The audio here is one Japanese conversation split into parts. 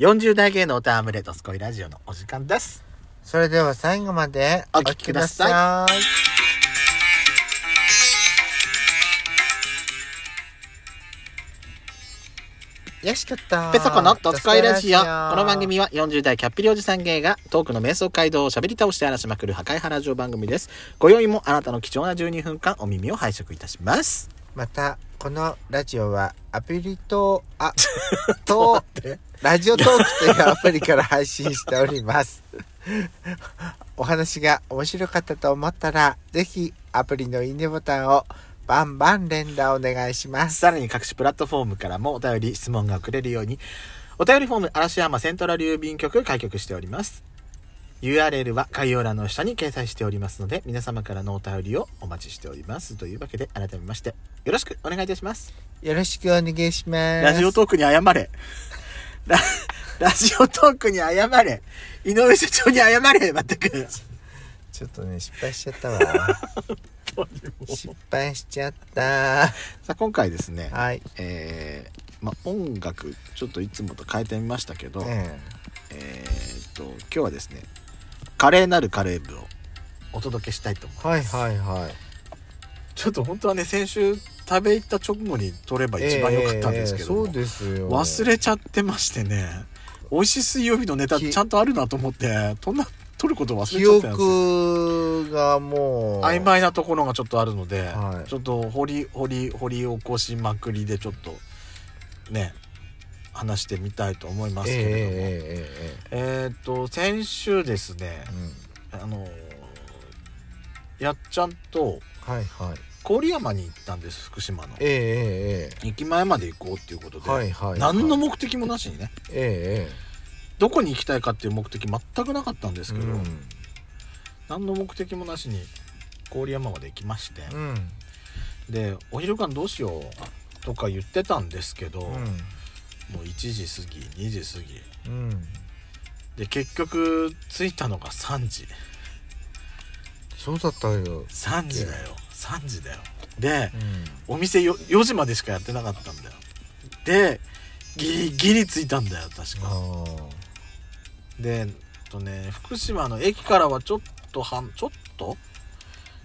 40代芸のおたむれとすこいラジオのお時間です。それでは最後までお聞きくださお聞きください。よしかった。ペソコのとすこいラジオ。この番は組は40代キャッピリおじさん芸がトークの瞑想街道を喋り倒して嵐まくる破壊派ラジオ番組です。今宵もあなたの貴重な12分間お耳を拝借いたします。またこのラジオはアプリと あとラジオトークというアプリから配信しております。お話が面白かったと思ったらぜひアプリのいいねボタンをバンバン連打お願いします。さらに各種プラットフォームからもお便り、質問が送れるように、お便りフォーム、嵐山セントラル郵便局開局しております。URL は概要欄の下に掲載しておりますので、皆様からのお便りをお待ちしております。というわけで、改めまして、よろしくお願いいたします。よろしくお願いします。ラジオトークに謝れ。ララジオトークに謝れ。井上社長に謝れ、まったく。ちょっとね、失敗しちゃった わ。失敗しちゃった。さあ、今回ですね、はい。えー、まあ、音楽、ちょっといつもと変えてみましたけど、ええーっと今日はですねカレーなるカレー部をお届けしたいと思いえはいはいはい。ますちょっと本当はね先週食べ行った直後に撮れば一番良かったんですけども、ええええそうですよ。忘れちゃってましてね美味しい水曜日のネタきちゃんとあるなと思ってそんな撮ること忘れち記ゃったんですよ憶がもう。曖。昧なところがちょっとあるので、はいちょっと掘り掘り掘り起こしまくりでちょっとね話してみたいと思いますえけえれども、ええええーっと先週ですねえええうん。あのやっちゃんとはいはい。郡山に行ったんです福島のえええええ駅前まで行こうっていうことえで、はいはい。何の目的もなしにねええどこに行きたいかっていう目的全くなかったんでええすけど、何の目的もなしに郡山まで行きまして、うん。うん。でお昼間どうしようとか言ってたんですけど、うん。もう1時過ぎ2時過ぎうん。で結局着いたのが3時そうだったよ。 3時だよ3時だよで、うん。お店よ4時までしかやってなかったんだよでギリギリ着いたんだよ確かあでえっとね福島の駅からはちょっとはんちょっと、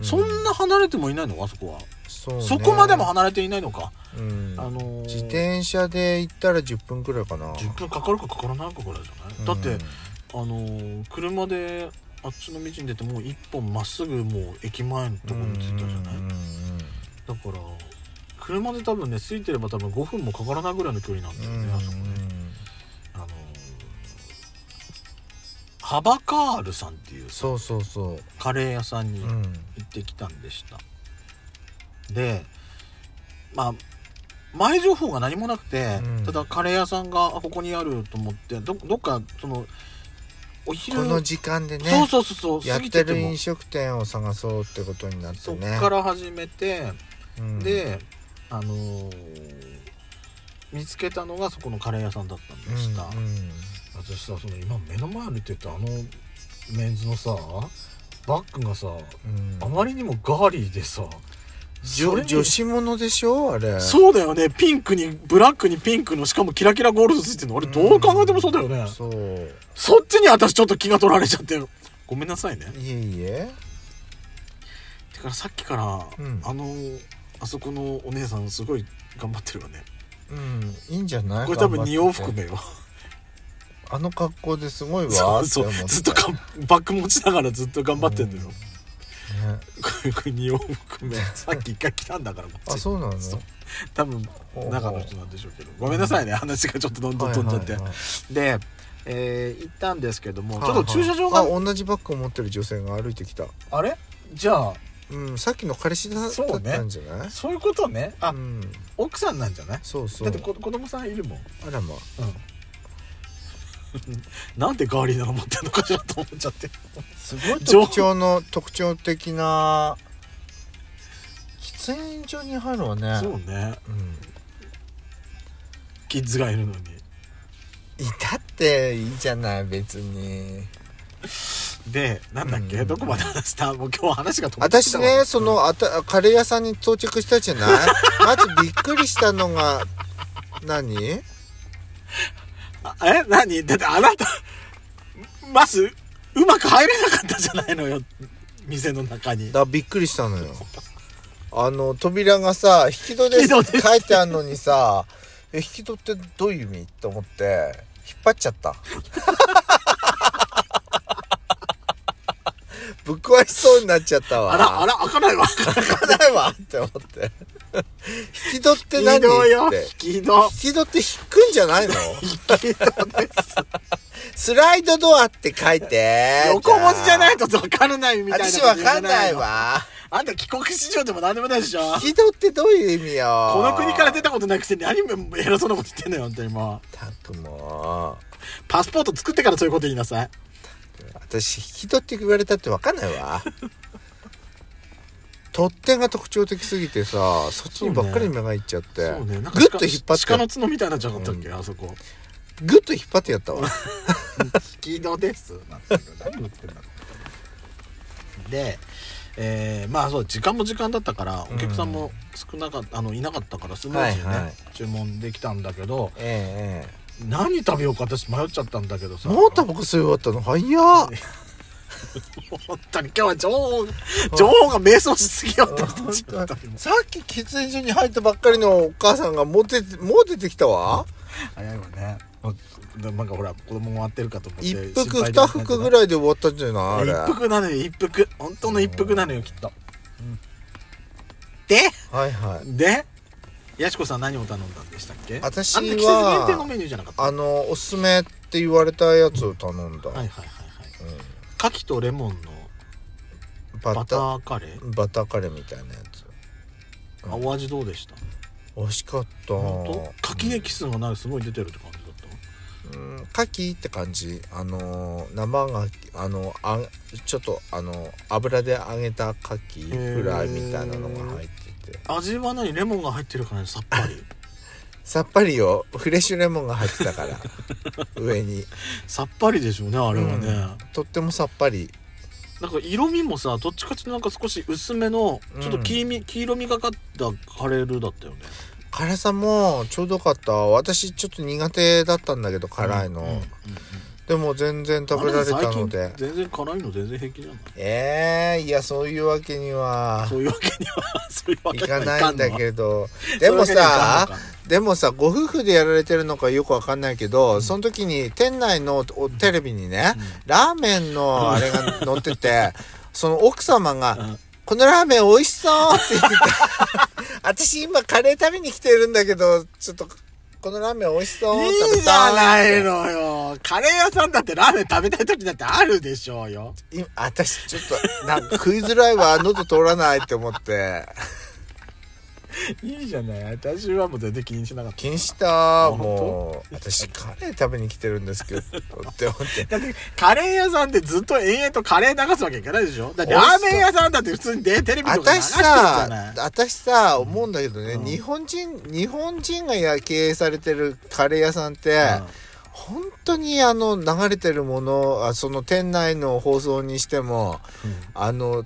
あ。そんな離れてもいないのかそこはそうそ,、ねこまでも離れていないのか、うん。あのー自転車で行ったら10分くらいかな10分かかるかかからないかぐらいじゃない、だってあのー車であっちの道に出てもう一本まっすぐもう駅前のとこに着いたじゃない、うんうんうんだから車で多分ね着いてれば多分5分もかからないぐらいの距離なんだよね、あそこねあのーハバカールさんっていうそうそうそカレー屋さんにう、う行ん、ってきたんでした、でまあ前情報が何もなくて、うんただカレー屋さんがあここにあると思ってどどっかそのお昼この時間でねそうそうそうそうや過っぎてててるも飲食店を探そうってことになってそっねから始めて、うんであのー見つけたのがそこのカレー屋さんだったんでした、うんうん私さその今目の前歩いてたあのメンズのさバッグがさうんあまりにもガーリーでさじょそれに女子物でしょあれそうだよねピンクにブラックにピンクのしかもキラキラゴールドついてるのあれどう考えてもそうだよね、そそうそっちに私ちょっと気が取られちゃってごめんなさいねいえいえてからさっきから、うんあのあそこのお姉さんすごい頑張ってるわねうんいいんじゃないこれ多分頑張って二往復目よあの格好ですごいわーそっうそて思っうてずっとかバック持ちながらずっと頑張ってんだよ、うこれねこれ二往復 目さっき一回来たんだからこっちあそうなのそう多分ほう中の人なんでしょうけどごめんなさいね話がちょっとどんどんはい飛んじゃって、はいはいで、えー行ったんですけどもちはいょはっいと駐車場が、あ同じバッグを持ってる女性が歩いてきたあれじゃうんさっきの彼氏だだっそうねたんじゃなあいそういうことねあ、うん奥さんなんじゃないそうそだっうてこ子供さんいるもん、あらまなんでガーリーなの持ってんのかしらと思っちゃってすごい情報特徴の特徴的な喫煙所に入るわねそうねうんキッズがいるのにいたっていいじゃない別にでなんだっけ、うんどこまで話したもう今日話が止まっ私ねそのあたカレー屋さんに到着したじゃ ないまずびっくりしたのが何あえ何だってあなた、まず、うまく入れなかったじゃないのよ。店の中に。だびっくりしたのよあの扉がさ「引き戸です」引き戸っですて書いてあるのにさ「え引き戸ってどういう意味?」と思って引っ張っちゃった ぶっ壊しそうになっちゃったわあら、あら、開かないわ。開かないわって思って引き戸って何引き戸よって。引き 戸。引き戸って引くんじゃないの引き戸です。スライドドアって書いて横文字じゃないと分からないみたいな。私わかんない。わあんた帰国子女でも何でもないでしょ。引き戸ってどういう意味よこの国から出たことないくせに何も偉そうなこと言ってんのよ、本当にもう。たくもパスポート作ってからそういうこと言いなさい。私引き取って言われたってわかんな いわ取っ手が特徴的すぎてさそっちにばっかり目がいっちゃって、そうね。なんかグッと引っ張って鹿の角みたいなんじゃなかったっけ、あそこ。グッと引っ張ってやっ たわ引き戸です。なんて言うの何言ってんだろうで、えー、まあそう時間も時間だったからお客さんも少なかった、あのいなかったからスムーズにね、はいはい注文できたんだけどええ何食べようか私迷っちゃったんだけどさもうタバコ吸い終わったの早っ本当に今日は女王女王が迷走しすぎよって思っちゃったさっき喫煙所に入ったばっかりのお母さんがもう出てもう出てきたわ早いわねでなんかほら子供も終わってるかと思って一服心配で二服ぐらいで終わったんじゃないあれ一服なのよ一服本当の一服なのよきっと、ではいはいでやしこさん何を頼んだんでしたっけ私はあんた季節限定のメニューじゃなかったあのおすすめって言われたやつを頼んだ、はいはいはいはい牡蠣とレモンのうん、ババタターカレー、バターカレーみたいなやつあお味どうでした美味しかった本当牡蠣エキスがないすごい出てるって感じだったうん牡蠣って感じあのー生があのあちょっとあの油で揚げた牡へ蠣ーフライみたいなのが入ってて味は何レモンが入ってるからねさっぱ りさっぱりよフレッシュレモンが入ってたから 上にさっぱりでしょうねあれはね、うんとってもさっぱりなんか色味もさどっちかっていうとなんか少し薄めのちょっと黄み、黄色みがかったカレールーだったよね辛さもちょうどよかった私ちょっと苦手だったんだけど辛いの、うんうんうんでも全然食べられたのあでなた最近全然辛いの全然平気じゃないええいやそういうわけにはそういうわけにはそういうわいけにかはいないかんんだのけどでもそういうわけにはいかさんのかでもさご夫婦でやられてるのかよくわかんないけど、その時に店内のおテレビにね、うんラーメンのあれが載っててその奥様が、うんこのラーメン美味しそう」って 言ってた私今カレー食べに来てるんだけどちょっとこのラーメン美味しそう食いいべじゃなたいいのよ。カレー屋さんだってラーメン食べたい時だってあるでしょうよ。今私ちょっとなんか食いづらいわ喉通らないって思っていいじゃない。私はもう全然気にしなかっ気にした本当もう私カレー食べに来てるんですけどって思 ってた。だってカレー屋さんってずっと延々とカレー流すわけいかないでしょだってラーメン屋さんだって普通にでテレビとか流私してるじゃなさい。私さ思うんだけどね、うん日本人日本人がや経営されてるカレー屋さんって、本当にあの流れてるものあその店内の放送にしてもうんあの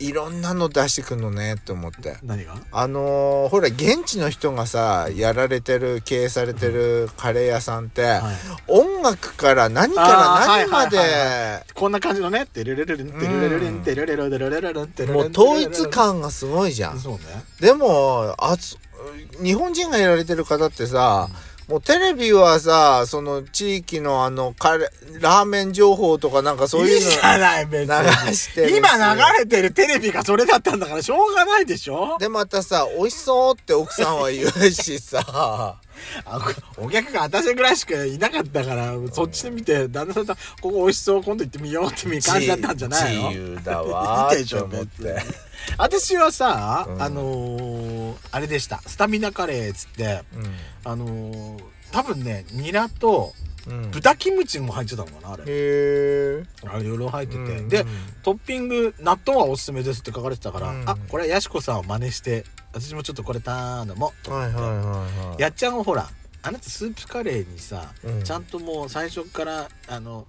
いろんなの出してくんのねって思って。何があのーほら現地の人がさやられてる経営されてるカレー屋さんって、はい音楽から何かあらー何まで、はいはいこんな感じのね。てれれれれんてれれれれんてれれれれれれれんてれれれれれもう統一。感がすごいじゃん。そうね。でもあつ日本人がやられてる方ってさ、もうテレビはさその地域のあのカレラーメン情報とかなんかそういいいうのじゃない、別流に。してるし今流れてるテレビがそれだったんだからしょうがないでしょでまたさ「美味しそう」って奥さんは言うしさあおお客が私ぐらいしかいなかったから、そっちで見て旦那さんと「ここ美味しそう今度行ってみよう」っていう 感じだったんじゃないの自由だわーいいでしょって思って別に私はさ、うんあのーあれでしたスタミナカレーっつってうあのー多分ねニラとん、うん、へ豚キムチも入ってたのかなあれえあれいろいろ入ってて、うんでトッピング納豆はおすすめですって書かれてたから、うんあこれやしこさんを真似して私もちょっとこれ頼もうと思はっいはいて、はいはいやっちゃんはほらあなたスープカレーにさ、うんちゃんともう最初からあの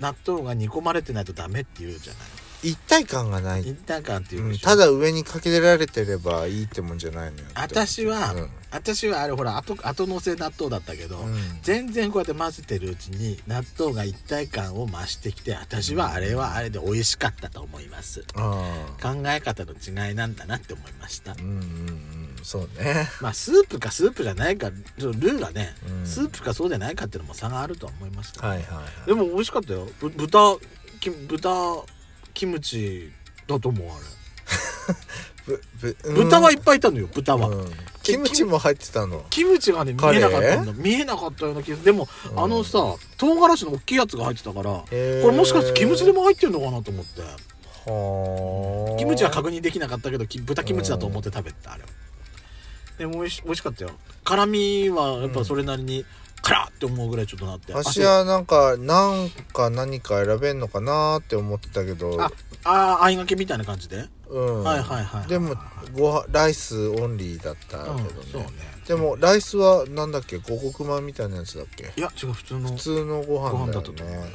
納豆が煮込まれてないとダメって言うじゃない一体感がない、一体感っていううんでしょただ上にかけられてればいいってもんじゃないのよって私は、うん私はあれほら後後乗せ納豆だったけど、うん全然こうやって混ぜてるうちに納豆が一体感を増してきて私はあれはあれで美味しかったと思います、ああ考え方の違いなんだなって思いました、うんうんうんそうねまあスープかスープじゃないかちょっとルーがね、うんスープかそうじゃないかっていうのも差があるとは思いますけど、はいはいはいでも美味しかったよぶ豚き豚キムチだと思うあれぶぶうん豚はいっぱいいたのよ豚は、うんキムチも入ってたのキムチがね見えカレなーかったんだ見えなかったような気がするでも、うんあのさ唐辛子の大きいやつが入ってたからこへーれもしかしてキムチでも入ってるのかなと思ってはあキムチは確認できなかったけどき豚キムチだと思って食べたあれでも美味し美味しかったよ辛みはやっぱそれなりに辛っって思うぐらいちょっとなって私はなんか何か何か選べんのかなーって思ってたけどああああいがけみたいな感じでうんはいはいはいでもごはライスオンリーだったうんけどそうねね、でもライスはなんだっけ五穀米みたいなやつだっけいや違う普通の普通のごご飯飯だだよと思うよね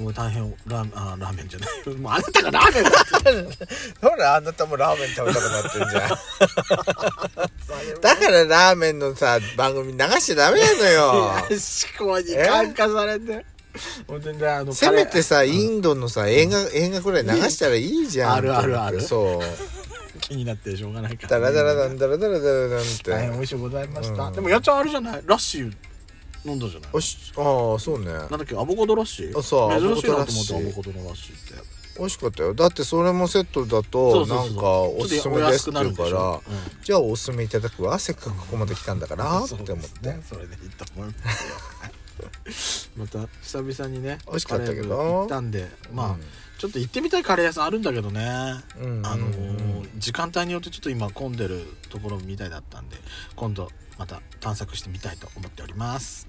もう大変ラーメンあラーメンじゃない もうあなたがラーメンだってほらあなたもラーメン食べたくなってんじゃんだからラーメンのさ番組流しちゃダメなのよ 思考に感化されて本当にねあのせめてカさレーインドのさ映画映画くらい流したらいいじゃんあるあるあるそう気になってしょうがないからダラダラダねンダラダラダラダンっ大変て美味しゅうございました、うんでもやっちゃんあれじゃないラッシー飲んだじゃないおしああそうねなんだっけアボカドラッシーあそう珍しいなと思ってアアボボカドのラッシーって美味しかったよだってそれもセットだそうとそうなそうんかおすすめですって言うかちょっとおら安くなるんでしょじゃあおすすめいただくわせっかくここまで来たんだかうんらっそてう思っでてすねそれでいいと思います よまた久々にね美味しかったけどカレー部行ったんでまあ、うんちょっと行ってみたいカレー屋さんあるんだけどね、うんあのー時間帯によってちょっと今混んでるところみたいだったんで今度また探索してみたいと思っております